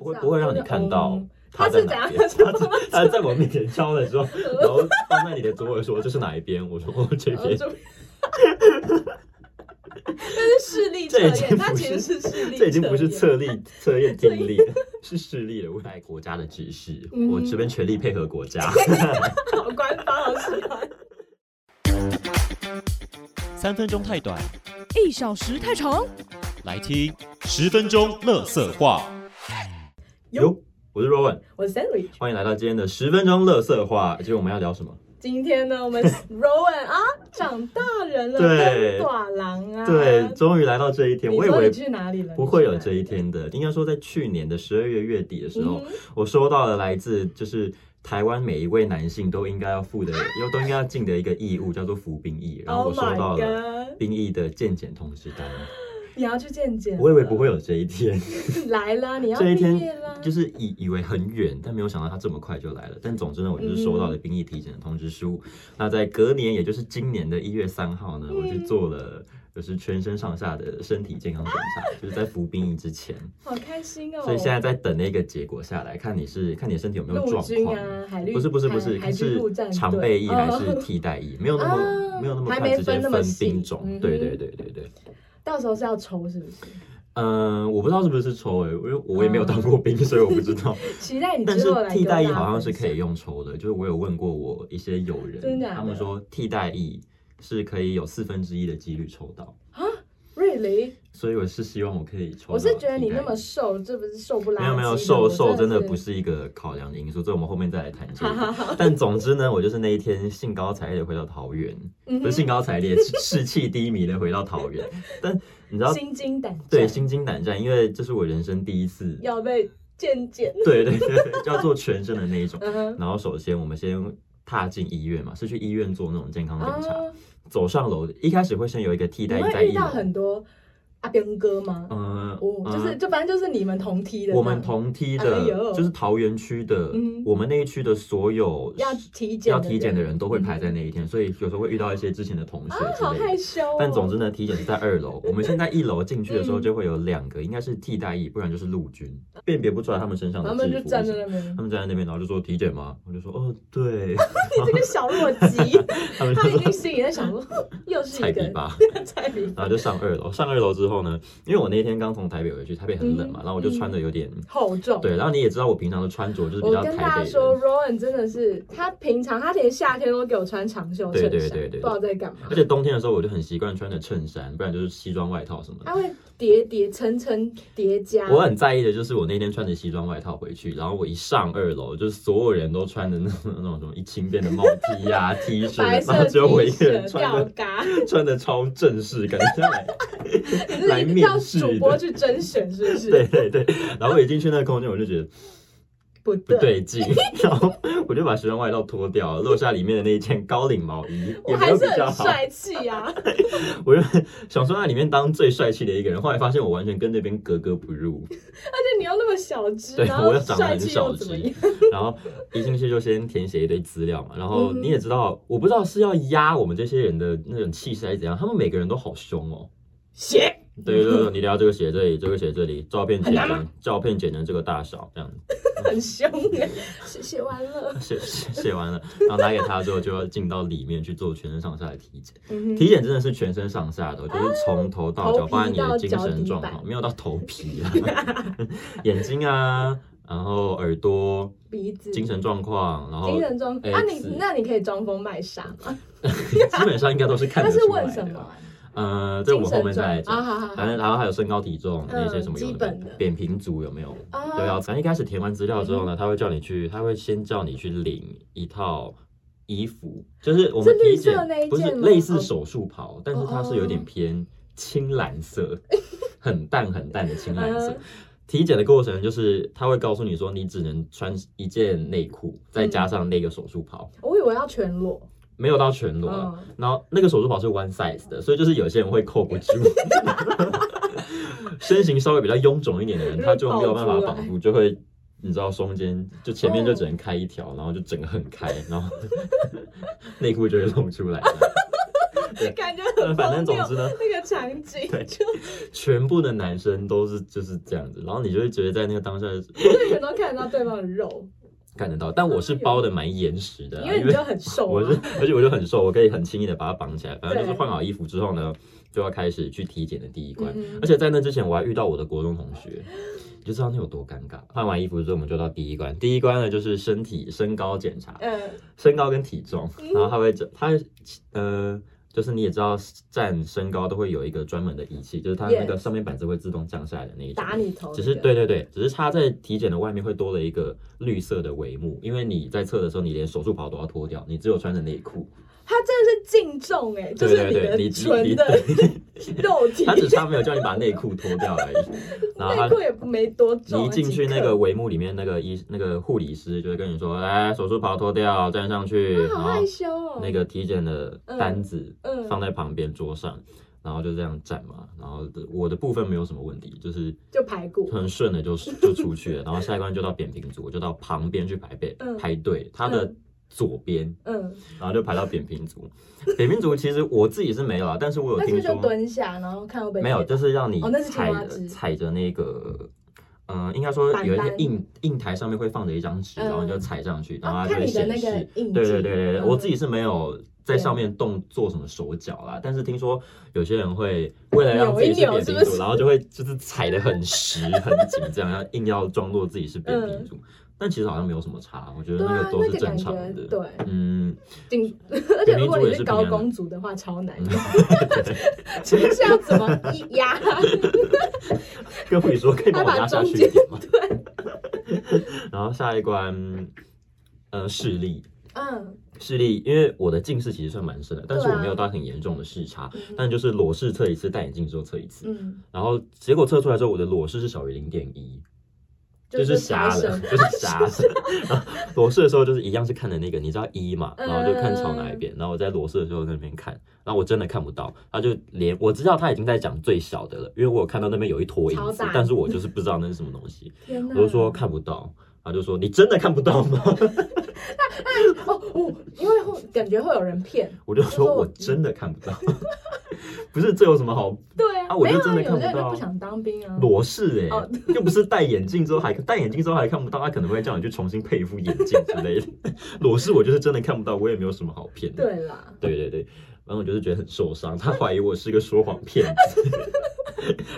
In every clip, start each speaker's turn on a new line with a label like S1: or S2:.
S1: 会不会让你看到
S2: 嗯
S1: 他
S2: 他
S1: 在
S2: 是
S1: 哪边？
S2: 怎样呃
S1: 他是他在我 面前敲的时候，然后放在你的左耳说这是哪一边？我说 哦 这
S2: 然后
S1: 边。
S2: 就 那是视力测
S1: 这已经
S2: 验，它
S1: 不
S2: 其实
S1: 是
S2: 是视力，
S1: 这已经不是
S2: 测验。
S1: 测力测验听力了， 是视力了。未来国家的指示，
S2: 嗯
S1: 我这边全力配合 国家。
S2: 好官方，啊好喜欢。
S3: 三分钟太短，
S4: 一小时太长。
S3: 来听十分钟乐色话。
S1: 哟，我是 Rowan，
S2: 我是 Sandwich，
S1: 欢迎来到今天的十分钟乐色话。今天我们要聊什么？
S2: 今天呢，我们 Rowan 啊，长大人了，
S1: 对
S2: 跟短郎啊，
S1: 对，终于来到这一天，
S2: 你
S1: 我以
S2: 说
S1: 为
S2: 你去哪里了？
S1: 不会有这一天的。应该说，在去年的十二月月底的时候，
S2: 嗯
S1: 我收到了来自就是台湾每一位男性都应该要负的，又都应该要尽的一个义务，叫做服兵役。然后我
S2: Oh
S1: 收
S2: my
S1: 到了
S2: God
S1: 兵役的健检通知单，
S2: 你要去见见，
S1: 我以为不会有这一天，
S2: 来啦，你要
S1: 这一
S2: 毕
S1: 天
S2: 业啦，
S1: 就是以以为很远，但没有想到他这么快就来了。但总之呢，我就是收
S2: 嗯
S1: 到了兵役体检的通知书。那在隔年，也就是今年的一月三号呢，我
S2: 嗯
S1: 去做了。就是全身上下的身体健康检查，就是在服兵役之前，
S2: 好开心哦。
S1: 所以现在在等那个结果下来，看你是看你身体有没有
S2: 陆
S1: 状
S2: 军
S1: 况。
S2: 啊，海陆
S1: 不是不是不是，
S2: 海海军
S1: 是
S2: 陆战队
S1: 常备役还是
S2: 哦
S1: 替代役？没有那么
S2: 啊
S1: 没有那么
S2: 还
S1: 快
S2: 没
S1: 直接
S2: 分那么
S1: 分
S2: 细
S1: 兵
S2: 嗯
S1: 种。
S2: 哼
S1: 对对对对对。
S2: 到时候是要抽是不是？
S1: 嗯，我不知道是不是抽诶，因为我也没有当过兵，所以我不知道。
S2: 期嗯待你
S1: 但
S2: 之
S1: 是
S2: 后来
S1: 替代役
S2: 跟大家
S1: 好像是
S2: 分
S1: 可以用抽的，就是我有问过我一些友人
S2: 真，假的啊
S1: 他们说替代役是可以有四分之一的几率抽到，
S2: 享。Really，
S1: 所以我是希望我可以抽到。
S2: 我是觉得你那么。瘦，这不是瘦不拉
S1: 没
S2: 几
S1: 有
S2: 的。
S1: 没有，
S2: 我
S1: 瘦瘦真的
S2: 是
S1: 不是一个考量的因素，这我们后面再来谈这个。 但总之呢，我就是那一天兴高采烈地回到桃园，
S2: 嗯哼
S1: 不是兴高采烈，是士气低迷的回到桃园。但你知道，
S2: 心惊胆战，
S1: 对，心惊胆战，因为这是我人生第 一次，
S2: 要被见见。
S1: 对对对，就要做全身的那一种。
S2: 嗯哼，
S1: 然后首先我们先踏进医院嘛，是去医院做那种健康检查。
S2: 啊，
S1: 走上楼，一开始会先有一个替
S2: 你
S1: 代役在
S2: 会遇
S1: 一
S2: 到
S1: 楼，
S2: 很多阿兵哥吗？
S1: 嗯
S2: 哦，就是
S1: 嗯
S2: 就反正就是你们同梯的那种，
S1: 我们同梯
S2: 哎
S1: 的，
S2: 呦
S1: 就是桃园区的
S2: 嗯，
S1: 我们那一区的所有
S2: 要体检
S1: 要体检的人都会排在
S2: 嗯
S1: 那一天，所以有时候会遇到一些之前的同学
S2: 啊，好
S1: 之类
S2: 害
S1: 的。
S2: 羞哦。
S1: 但总之呢，体检是在二楼。我们现在一楼进去的时候，
S2: 嗯
S1: 就会有两个，应该是替代役，不然就是陆军，辨别不出来他们身上的
S2: 他
S1: 制服
S2: 们就是
S1: 什
S2: 站在
S1: 么。
S2: 那边
S1: 他，们站在那边，然后就说体检吗？我就说哦， 对。
S2: 你这个小弱 鸡，
S1: 他们就
S2: 他一
S1: 说
S2: 定心里在想说， 又是
S1: 菜
S2: 一
S1: 逼
S2: 个
S1: 吧。
S2: 菜逼，
S1: 然后就上二楼，上二楼之后呢，因为我那天刚从台北回去，台北很冷嘛，
S2: 嗯
S1: 然后我就穿的有点、
S2: 厚重。
S1: 对，然后你也知道我平常的穿着就是比
S2: 我
S1: 较
S2: 跟
S1: 台
S2: 大家
S1: 北
S2: 说
S1: 人，
S2: ，Rowan 真的是他平常他连夏天都给我穿长袖衬
S1: 对
S2: 衫，
S1: 对对对对
S2: 不知道在干嘛
S1: 而。且冬天的时候我就很习惯穿着衬衫，不然就是西装外套什么的
S2: 他。会叠叠层层叠加，
S1: 我很在意的就是我那天穿着西装外套回去，然后我一上二楼，就是所有人都穿着那种那种什么一轻便的帽 T 呀、T 恤，
S2: 白色
S1: 然后只有我一
S2: T
S1: 个人
S2: 恤
S1: 穿
S2: 吊
S1: 的
S2: 嘎，
S1: 穿的超正式，感觉来来
S2: 你是
S1: 面
S2: 叫
S1: 试
S2: 主播
S1: 的。
S2: 去甄选是 不是？
S1: 对，对对，然后我一进去那个空间，我就觉得
S2: 不
S1: 不
S2: 对，
S1: 对劲， 然后我就把西装外套脱掉，落下里面的那一件高领毛衣，也
S2: 我
S1: 没
S2: 还
S1: 有
S2: 是
S1: 比较
S2: 很
S1: 好。
S2: 帅气啊。
S1: 我就想说在里面当最帅气的一个人，后来发现我完全跟那边格格不入。
S2: 而且你又那么小只，
S1: 对
S2: 然
S1: 我
S2: 后
S1: 又长得
S2: 帅
S1: 很
S2: 气
S1: 小
S2: 又
S1: 只
S2: 怎么样？
S1: 然后一进去就先填写一堆资料嘛，然后
S2: 嗯哼
S1: 你也知道，我不知道是要压我们这些人的那种气势还是怎样，他们每个人都好凶哦。
S2: 鞋
S1: 对对对，你聊这个写这里，这个写这里，照片剪
S2: 很难
S1: 成照片剪成这个大小这样子，
S2: 很凶哎，写写完了，
S1: 写写写完了，然后拿给他之后就要进到里面去做全身上下的体检。
S2: 嗯
S1: 体
S2: 哼
S1: 检真的是全身上下的，哦就是从头到脚，
S2: 头皮
S1: 包含你的精
S2: 到脚
S1: 神
S2: 底
S1: 状
S2: 板
S1: 况，没有到头 皮啊，眼睛啊，然后耳朵、
S2: 鼻子。
S1: 精神状况，然
S2: 嗯
S1: 后
S2: 精神状
S1: 哎
S2: 啊，你
S1: 是
S2: 那你可以装疯卖傻吗？
S1: 基本上应该都是看
S2: 他
S1: 得
S2: 是
S1: 出来
S2: 问什
S1: 的
S2: 么
S1: 啊。？呃，这我们后面再来
S2: 啊，
S1: 讲。
S2: 好好好
S1: 反正然后还有身高体重那
S2: 嗯
S1: 些什么有
S2: 基
S1: 的
S2: 本
S1: 没
S2: 的
S1: 扁平足有没有？
S2: 啊，嗯
S1: 对啊，反正一开始填完资料之后呢，他会叫你去，他会先叫你去领一套衣服，就是我们
S2: 是绿
S1: 体
S2: 色
S1: 检
S2: 那一
S1: 不是
S2: 件吗
S1: 类
S2: 哦
S1: 似手术袍，但是它是有点偏青蓝色，很淡很淡的青蓝色
S2: 嗯。
S1: 体检的过程就是他会告诉你说，你只能穿一件内裤，再
S2: 嗯
S1: 加上那个手术袍，
S2: 我以为要全裸，
S1: 没有到全裸啊。
S2: 嗯，
S1: 然后那个手术袍是 one size 的，所以就是有些人会扣不住， 身形稍微比较臃肿一点的人，他就没有办法绑住，就会你知道中间就前面就只能 开一条，然后就整个很开，然后内裤就会露出来。
S2: 感觉
S1: 呃
S2: 很
S1: 反正
S2: 荒
S1: 总
S2: 谬
S1: 之呢，
S2: 那个场景，
S1: 对
S2: 嗯就
S1: 全部的男生都是就是这样子，然后你就会觉得在那个当下就是
S2: 就是人都看得到对方的肉，
S1: 看得到，但我是包的蛮严实的啦，啊
S2: 因为你就很瘦
S1: 我
S2: 啊，
S1: 是，而且我就很瘦，我可以很轻易的把它绑起来。反正就是
S2: 对
S1: 换好衣服之后呢，就要开始去体检的第一关。
S2: 嗯
S1: 而且在那之前，我还遇到我的国中同学，你就知道那有多尴尬。换完衣服之后，我们就到第一关。第一关呢，就是身体身高检查，
S2: 嗯，
S1: 身高跟体重，然后他会这他呃。就是你也知道，站身高都会有一个专门的仪器，就是它那个
S2: Yes
S1: 上面板子会自动降下来的那一种。
S2: 打你头那个，
S1: 只是对对对，只是它在体检的外面会多了一个绿色的帷幕，因为你在测的时候，你连手术袍都要脱掉，你只有穿着内裤。
S2: 他真的是敬重哎、就
S1: 对
S2: 是
S1: 对对，
S2: 的
S1: 你
S2: 纯的 肉体，
S1: 他只差没有叫你把内裤脱掉而已。然后
S2: 内
S1: 他
S2: 裤也没多重啊，
S1: 你一进去那个帷幕里面，那个医那个护理师就会跟你说：“来，手术袍脱掉，站上去。”
S2: 几克，
S1: 然
S2: 他好
S1: 后
S2: 害羞哦，
S1: 那个体检的单子
S2: 嗯嗯
S1: 放在旁边桌上，然后就这样站嘛。然后我的部分没有什么问题，就是
S2: 就排骨，
S1: 很顺 的就就出去了，然后下一关就到扁平足，我就到旁边去排队、
S2: 嗯
S1: 排队，它的
S2: 嗯
S1: 左边，
S2: 嗯，
S1: 然后就排到扁平足。扁平足其实我自己是没有啊，但是我有
S2: 但
S1: 听
S2: 是就
S1: 说，
S2: 蹲下，然后看会不会
S1: 没有，
S2: 跌倒
S1: 就是让你
S2: 哦那是青
S1: 踩
S2: 蛙
S1: 着
S2: 汁
S1: 踩着那个。嗯，应该说
S2: 板
S1: 有一些
S2: 板
S1: 硬硬台上面会放着一张纸，
S2: 嗯
S1: 然后你就踩上去，然后它
S2: 啊
S1: 就
S2: 看
S1: 会
S2: 你的
S1: 显
S2: 那
S1: 示
S2: 个。印记，
S1: 对对对对对，
S2: 嗯
S1: 我自己是没有在上面动做什么手脚啦，但是听说有些人会为了让自己是扁
S2: 扭
S1: 平
S2: 一扭是不
S1: 足，
S2: 是
S1: 然后就会就是踩得很实很紧，这样要硬要装作自己是扁平足，但其实好像没有什么差，我觉得
S2: 嗯对
S1: 那
S2: 啊
S1: 个，都
S2: 那
S1: 是
S2: 个
S1: 正
S2: 感
S1: 常
S2: 觉
S1: 的。
S2: 对，
S1: 嗯，
S2: 进，而且如果
S1: 明珠也
S2: 你
S1: 是
S2: 是
S1: 平安
S2: 高
S1: 的
S2: 公主的话，超 难，就是要怎么一压，
S1: 跟护理说可以帮我
S2: 他把
S1: 压下去
S2: 中间
S1: 一点吗？ 然后下一关，呃，视力。
S2: 嗯，
S1: 视力，因为我的近视其实算蛮深的，但是
S2: 对
S1: 我
S2: 啊
S1: 没有到很严重的视差，
S2: 嗯
S1: 但就是裸视测一次，戴眼镜之后测一次，
S2: 嗯，
S1: 然后结果测出来之后，我的裸视是小于零点一，就是瞎
S2: 发
S1: 了，
S2: 生
S1: 就是瞎了。然后裸视的时候就是一样是看的那个，你知道一嘛，然后就看朝哪一边。然后我在裸视的时候在那边看，然后我真的看不到，他就连我知道他已经在讲最小的了，因为我有看到那边有一坨影
S2: 超
S1: 子
S2: 大，
S1: 但是我就是不知道那是什么东 西，
S2: 天
S1: 我
S2: 哪！
S1: 就说看不到。他就说：“你真的看不到吗
S2: 哦哦，因为会感觉会有人骗，？”
S1: 我就说：“我真的看不到。” 不是，这有什么好
S2: 对啊
S1: 啊，我
S2: 没
S1: 就
S2: 有
S1: 真的
S2: 啊，
S1: 看不
S2: 有些人
S1: 到
S2: 就
S1: 啊
S2: 不想当兵啊，
S1: 裸视哎、
S2: 哦
S1: 又不是戴眼镜之后还戴眼镜之后还看不到，他可能会叫你去重新配一副眼镜之类的。 裸视我就是真的看不到，我也没有什么好骗的。
S2: 对啦，
S1: 对对对，然后我就是觉得很受伤，他怀疑我是个说谎骗 子，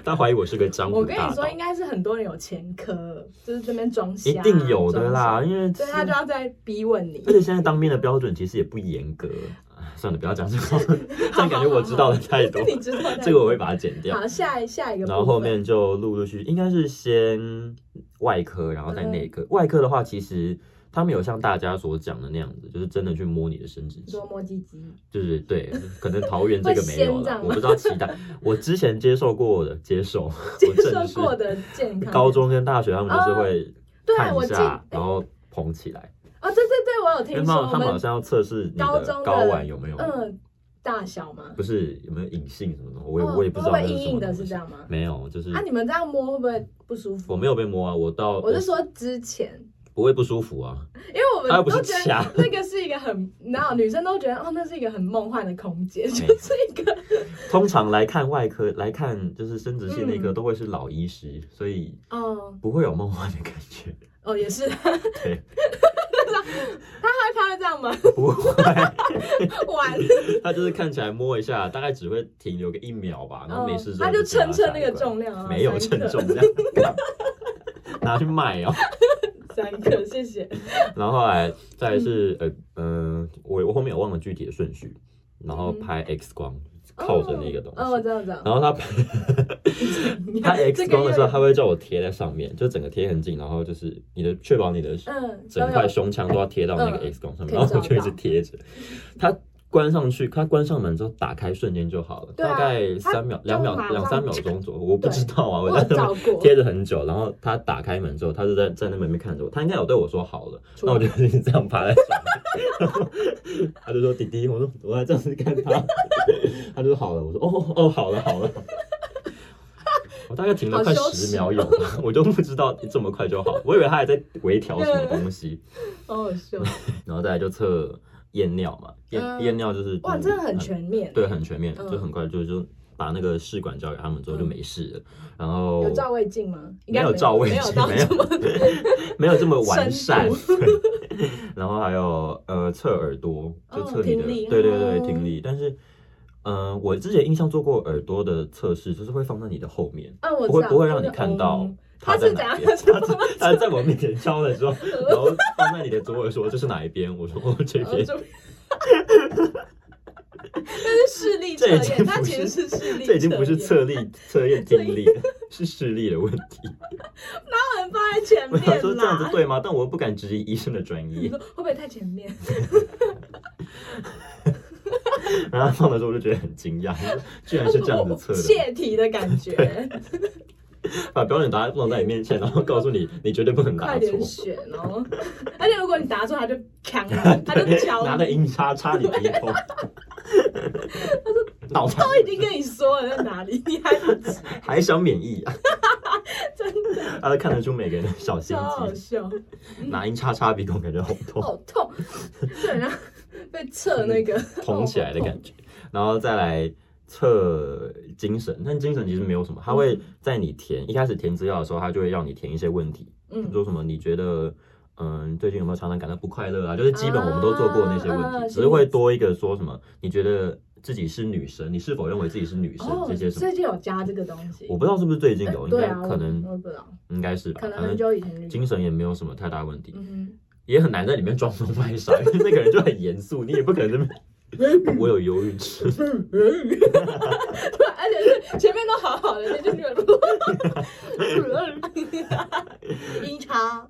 S1: 他怀疑我是个江湖
S2: 我跟
S1: 大
S2: 你
S1: 盗
S2: 说，，应该是很多人有前科，就是啊这边装
S1: 一
S2: 瞎，
S1: 定有的啦，
S2: 装
S1: 因为
S2: 傻，所以他就要再逼问你，
S1: 而。且现在当兵的标准其实也不严格。唉算了，不要讲这个， 这样感觉我知道的太 多
S2: 你知道的
S1: 这个我会把它剪掉。
S2: 好，下一下一个部分，
S1: 然后后面就陆陆续，应该是先外科，然后再内
S2: 嗯
S1: 科。外科的话，其实他们有像大家所讲的那样子，就是真的去摸你的生殖
S2: 你
S1: 器，
S2: 说摸鸡鸡，
S1: 就是对，可能桃园这个没有
S2: 会先这
S1: 了，
S2: 样吗
S1: 我不知道其他。我之前接受过的，接受，
S2: 接
S1: 我
S2: 受
S1: 正式
S2: 过的健康
S1: 高中跟大学他们就是
S2: 嗯
S1: 会
S2: 哦对啊
S1: 看
S2: 我
S1: 一
S2: 记
S1: 下，哦然后捧起来，
S2: 哦，对对对，我有
S1: 因为
S2: 听
S1: 他
S2: 说
S1: 们
S2: 我
S1: 他们好
S2: 们
S1: 像要测试你
S2: 高中的
S1: 睾丸有没有，
S2: 嗯大小吗？
S1: 不是有没有隐性什么的，我也
S2: 哦
S1: 我也不知道
S2: 会不
S1: 那是
S2: 会
S1: 什
S2: 硬
S1: 么
S2: 硬的
S1: 东
S2: 是
S1: 西
S2: 这，样吗？
S1: 没有，就是
S2: 啊，你们这样摸会不会不舒服？
S1: 我没有被摸啊，我到
S2: 我是说之前，
S1: 不会不舒服啊。
S2: 因为我们
S1: 他又不
S2: 都
S1: 是
S2: 觉
S1: 掐
S2: 得那个是一个很，然后女生都觉得哦，那是一个很梦幻的空间，
S1: 没
S2: 就是一个
S1: 通常来看外科，来看就是生殖系内科
S2: 嗯
S1: 都会是老医师，所以
S2: 哦
S1: 不会有梦幻的感觉。
S2: 哦，也是，他会
S1: 对，
S2: 他会这样吗？
S1: 不会，
S2: 玩，
S1: 他就是看起来摸一下，大概只会停留个一秒吧，然后没事之后
S2: 哦他就
S1: 进到
S2: 称称
S1: 下
S2: 那
S1: 一
S2: 个
S1: 关
S2: 重量啊，
S1: 没有
S2: 三
S1: 称
S2: 克
S1: 重 量， 拿去卖哦。
S2: 三克，谢谢。
S1: 然后后来再来是呃嗯、呃我我后面有忘了具体的顺序，然后拍 X 光，靠着那个东西。
S2: 嗯哦，我知道，我知道。
S1: 然后他他 X 光的时候，他会叫我贴在上面，就整个贴很紧，然后就是你的确保你的
S2: 嗯，
S1: 整块胸腔都要贴到那个
S2: 嗯
S1: X 光上面，
S2: 可以
S1: 然后我
S2: 找
S1: 就一
S2: 到
S1: 直贴着。它关上去，它关上门之后打开瞬间就好了，
S2: 对啊
S1: 大概
S2: 它
S1: 三秒、
S2: 就
S1: 两秒、
S2: 马上
S1: 两三秒钟左右，我不
S2: 对
S1: 知道啊，
S2: 我
S1: 在
S2: 有
S1: 那
S2: 照
S1: 边
S2: 过，
S1: 贴着很久，然后他打开门之后，他就在在那门面看着我，他应该有对我说好了，
S2: 出
S1: 那
S2: 来
S1: 我就一直这样趴在上面，然后 他就说弟弟，我说我要这样子看他， 他就说好了，我说哦哦好了好了， 我大概停了快
S2: 好羞耻
S1: 十秒有吧，我就不知道 这
S2: 哦
S1: 么快就好，我以为他还在微调什么东西，
S2: 好好笑。
S1: 然后再来就测验尿嘛，验
S2: 嗯
S1: 验尿就是
S2: 哇，
S1: 就是
S2: 真的很全面。
S1: 对，很全面，
S2: 嗯
S1: 就很快就就把那个试管交给他们之后就
S2: 嗯
S1: 没事了。然后
S2: 有照胃镜吗？应
S1: 没
S2: 该
S1: 有照胃
S2: 没
S1: 镜
S2: 有到
S1: 没有
S2: 这么
S1: 没有这么完善
S2: 深。
S1: 然后还有呃测耳朵，就测
S2: 哦
S1: 你的，
S2: 听力
S1: 对对对，
S2: 哦
S1: 听力。但是，呃，我之前印象做过耳朵的测试，就是会放在你的后面，
S2: 嗯，我
S1: 不会
S2: 知道
S1: 不会让你看
S2: 我
S1: 到
S2: 就嗯
S1: 它
S2: 它
S1: 在
S2: 是怎
S1: 哪边。它
S2: 样
S1: 是它在我面前敲的 时候，然后放在你的左耳说这是哪一边，我说哦这
S2: 呃
S1: 边。
S2: 就那是视力测
S1: 这已
S2: 验，
S1: 经
S2: 它
S1: 不
S2: 其实
S1: 是
S2: 是视力，
S1: 这已经不是，测力测验听力了， 是视力的问题。
S2: 它 哦很放在前
S1: 我
S2: 面
S1: 想
S2: 啦。
S1: 说这样子对吗？但我又不敢质疑医生的专 业
S2: 你。说会不会太前面？
S1: 然后他放的时候，我就觉得很惊讶，居然是这样子测的。
S2: 泄题的感 觉，
S1: 把标准答案弄在你面前，然后告诉你你绝对不能答
S2: 快
S1: 错
S2: 点，选哦！而且如果你答错，他就抢你，他就敲
S1: 拿着
S2: 你。
S1: 银叉插你鼻孔。脑残
S2: 都已经跟你说了在哪里，你还不知
S1: 还想免疫啊？
S2: 真的，
S1: 他看得出每个人的小心
S2: 超好
S1: 机，
S2: 笑，
S1: 拿银叉插鼻孔感觉好痛，
S2: 好 痛，就很像被测那个
S1: 捅起来的感觉。然后再来测精神，但精神其实没有什么，他
S2: 嗯
S1: 会在你填一开始填资料的时候，他就会让你填一些问题，
S2: 嗯，
S1: 说什么你觉得嗯最近有没有常常感到不快乐啊？就是基本我们都做过那些问题，
S2: 啊啊
S1: 只是会多一个说什么你觉得自己是女神，你是否认为自己是女神、
S2: 哦
S1: 这，些什么？
S2: 最近有加这个东西，
S1: 我不知道是不是最近有，
S2: 哎
S1: 应
S2: 对
S1: 该
S2: 啊，
S1: 可能、
S2: 我我不知道，
S1: 应该是吧，
S2: 可能
S1: 反
S2: 很
S1: 正
S2: 久以前就有
S1: 精神也没有什么太大问题，
S2: 嗯
S1: 也很难在里面装疯卖傻，因为那个人就很严肃，你也不可能这么。 我有忧郁症，
S2: 哼，对，而且是前面都好好的，那就女 人，音叉，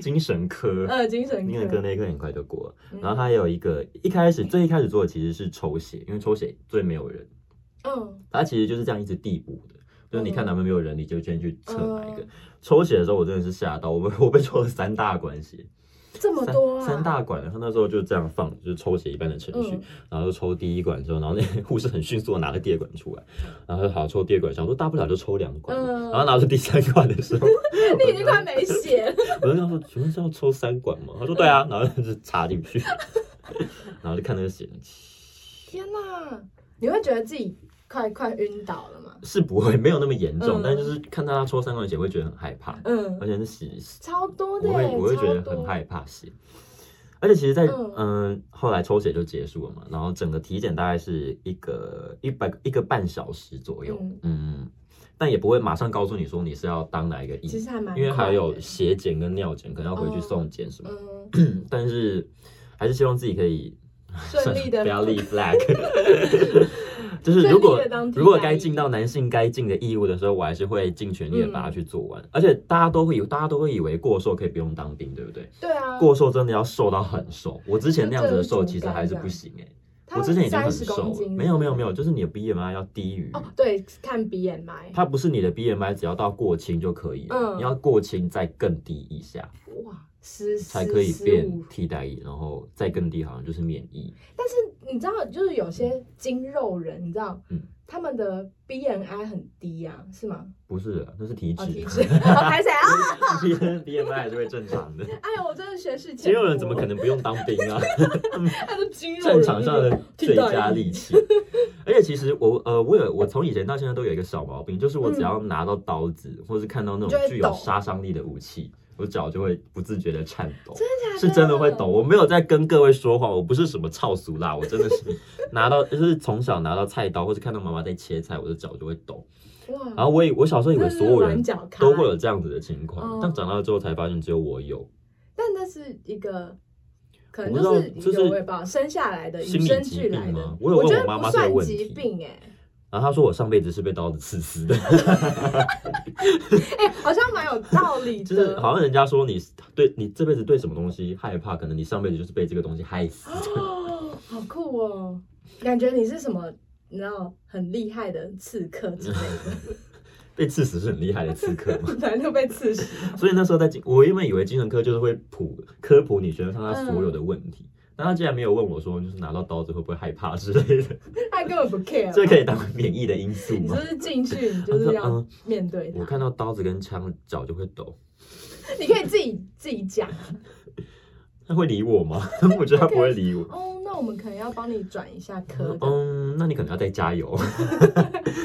S1: 精神科，
S2: 呃，精神
S1: 精神科那一科很快就过了。
S2: 嗯
S1: 然后他也有一个一开始最一开始做的其实是抽血，因为抽血最没有人，
S2: 嗯，
S1: 它其实就是这样一直递补的，就是你看哪边没有人，你就先去测哪一个
S2: 嗯。
S1: 抽血的时候，我真的是吓到，我被我被抽了三大管血，
S2: 这么
S1: 三
S2: 多啊，
S1: 三大管，然后那时候就这样放，就是抽血一般的程序
S2: 嗯，
S1: 然后就抽第一管之后，然后那护士很迅速的拿了第二管出来，然后就好抽第二管，想说大不了就抽两管嘛，
S2: 嗯
S1: 然后拿出第三管的时候，
S2: 你已经快没血了，
S1: 我就跟他说：“请问是要抽三管吗？”他说：“对啊。”然后就插进去，然后就看那个血，
S2: 天哪！你会觉得自己快快晕倒了吗？
S1: 是不会没有那么严重，
S2: 嗯
S1: 但就是看到他抽三管血会觉得很害怕，
S2: 嗯
S1: 而，且是血
S2: 超多的
S1: 我会
S2: 耶，
S1: 我会觉得
S2: 哦超多
S1: 很害怕血。而且其实在，
S2: 嗯
S1: 嗯后来抽血就结束了嘛，然后整个体检大概是一个一百一个半小时左右，嗯
S2: 嗯
S1: 但也不会马上告诉你说你是要当哪一个
S2: 其
S1: 医，
S2: 实还蛮
S1: 因为还
S2: 快
S1: 有
S2: 的嗯
S1: 血检跟尿检，可能要回去
S2: 哦
S1: 送检什么，
S2: 嗯
S1: 但是还是希望自己可以
S2: 顺利的
S1: 不要 立 flag，就是 如果
S2: 顺利地当替代役
S1: 如果该尽到男性该尽的义务的时候，我还是会尽全力的
S2: 嗯
S1: 把它去做完。而且大家都会以大家都会以为过瘦可以不用当兵，对不对？
S2: 对啊，
S1: 过瘦真的要瘦到很瘦，我之前那样子的瘦其实还是不行哎、
S2: 他
S1: 我之前已经很
S2: 30
S1: 瘦
S2: 公
S1: 了，
S2: 斤
S1: 没有没有没有，就是你的 BMI 要低于。
S2: 哦，对，看 BMI，
S1: 它不是你的 BMI 只要到过轻就可以了，
S2: 嗯
S1: 你要过轻再更低一下
S2: 哇，十
S1: 才可以
S2: 十
S1: 变
S2: 15
S1: 替代役，然后再更低好像就是免疫。
S2: 但是你知道，就是有些精肉人，你知道，
S1: 嗯
S2: 他们的 BMI 很低啊，是吗？
S1: 不是，啊那是体脂。
S2: 哦，体脂，哦，排谁啊？
S1: B B M I 还是会正常的。
S2: 哎呦，我真的学士
S1: 肌肉人怎么可能不用当兵啊？
S2: 能？他都精肉人
S1: 战场上的最佳 利器。而且其实我呃，我有我从以前到现在都有一个小毛病，就是我只要拿到刀子，或是看到那
S2: 嗯就
S1: 种
S2: 会
S1: 具有
S2: 抖
S1: 杀伤力的武器，我脚就会不自觉的颤抖。
S2: 真的假
S1: 是真的会抖，。我没有在跟各位说谎，我不是什么操俗啦，我真 的是拿到就是从小拿到菜刀，或是看到妈妈在切菜，我的脚就会抖。然
S2: 哇，
S1: 后我以我小时候以为所有人
S2: 嗯真的是软脚咖
S1: 都会有这样子的情况，
S2: 嗯
S1: 但长大之后才发现只有我有。
S2: 但那是一个。可
S1: 我
S2: 能
S1: 不知道
S2: 就是一
S1: 就是
S2: 个我也不知道生下来的与
S1: 心理
S2: 生
S1: 疾
S2: 俱
S1: 病
S2: 来的
S1: 吗，我有问
S2: 觉
S1: 我
S2: 得
S1: 妈
S2: 不
S1: 妈这个
S2: 算
S1: 问
S2: 疾
S1: 题
S2: 病哎、
S1: 然后他说我上辈子是被刀子刺死的，
S2: 哎、好像蛮有道理的，
S1: 就是好像人家说你对你这辈子对什么东西害怕，可能你上辈子就是被这个东西害 死的。
S2: 哦，好酷哦！感觉你是什么，你知道很厉害的刺客之类 的，
S1: 被刺死是很厉害的刺客嘛，
S2: 反正就被刺死。
S1: 所以那时候在精我原本以为精神科就是会普科普你学生他所有的问
S2: 嗯
S1: 题。但他竟然没有问我说，就是拿到刀子会不会害怕之类的，
S2: 他根本不 care，
S1: 这可以当免疫的因素
S2: 你
S1: 吗
S2: 就？是进去，你就是要面对
S1: 嗯 我
S2: 他。
S1: 看到刀子跟枪，脚就会抖。
S2: 你可以自己自己讲，
S1: 他会理我吗？ 我觉得他不会理我。
S2: 哦，那我们可能要帮你转一下科的，
S1: 嗯，那你可能要再加油。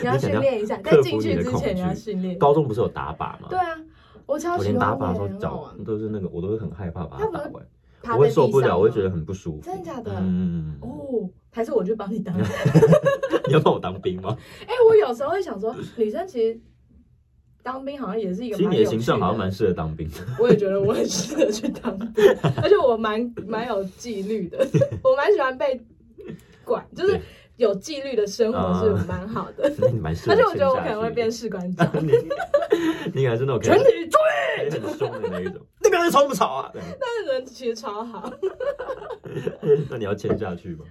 S2: 你要训练一下，
S1: 克
S2: 在
S1: 服
S2: 进去
S1: 你的
S2: 之
S1: 恐
S2: 前你要
S1: 惧
S2: 训练。
S1: 高中不是有打靶吗？
S2: 对啊，我超
S1: 我
S2: 喜
S1: 连
S2: 欢
S1: 打
S2: 的，
S1: 靶都
S2: 很好
S1: 脚
S2: 玩。
S1: 都是那个，我都会很害怕把它
S2: 他
S1: 打
S2: 们
S1: 完，
S2: 趴
S1: 我会
S2: 在
S1: 受
S2: 地
S1: 不
S2: 上
S1: 了，我会
S2: 吗
S1: 觉得很不舒服。
S2: 真的假的
S1: 嗯，
S2: 哦，还是我去帮你当。
S1: 你要帮我当兵吗？
S2: 哎、我有时候会想说，女生其实当兵好像也是一个
S1: 其实
S2: 蛮
S1: 你
S2: 有
S1: 的
S2: 趣
S1: 形
S2: 的
S1: 象好像蛮适合当兵的。
S2: 我也觉得我很适合去当兵，而且我蛮蛮有纪律的，我蛮喜欢被管，就是
S1: 对啊
S2: 有纪律的生活是蛮好的。
S1: 那你蛮适合
S2: 而且
S1: 线下
S2: 我
S1: 训
S2: 觉得
S1: 练。
S2: 我可能会变士官 长，
S1: 你，你可能是那种
S2: 全
S1: 感觉
S2: 体注意，
S1: 很凶的那一 种。那边人吵什么吵啊？对
S2: 那个人其实超好。
S1: 那你要签下去吗？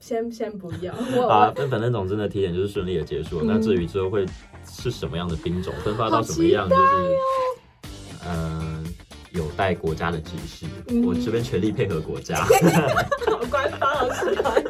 S2: 先先不要， 我、
S1: 啊，那反正总之呢，体检就是顺利的结束了。
S2: 嗯
S1: 那至于之后会是什么样的兵种，分发到什么样，
S2: 哦
S1: 就是嗯，有待国家的指示。
S2: 嗯
S1: 我这边全力配合国 家，
S2: 我好官方，好士官，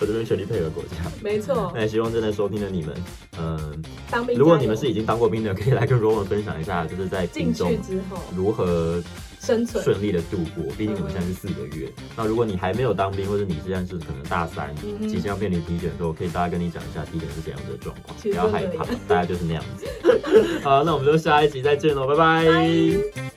S1: 我这边全力配合国家。
S2: 没错
S1: 那，也希望正在收听的你们，嗯，
S2: 当兵加油。
S1: 哎如果你们是已经当过兵的，可以来跟 Roman 分享一下，就是在
S2: 进
S1: 兵中
S2: 去之后
S1: 如何
S2: 生存，
S1: 顺利的度过。毕竟我们现在是四个月，那如果你还没有当兵，或者你现在是可能大三，
S2: 嗯
S1: 即将面临体检的时候，可以大概跟你讲一下体检是怎样的状况，不
S2: 其实
S1: 要
S2: 真的
S1: 害怕
S2: 耶，
S1: 大家就是那样子。好，那我们就下一集再见喽，拜拜
S2: 拜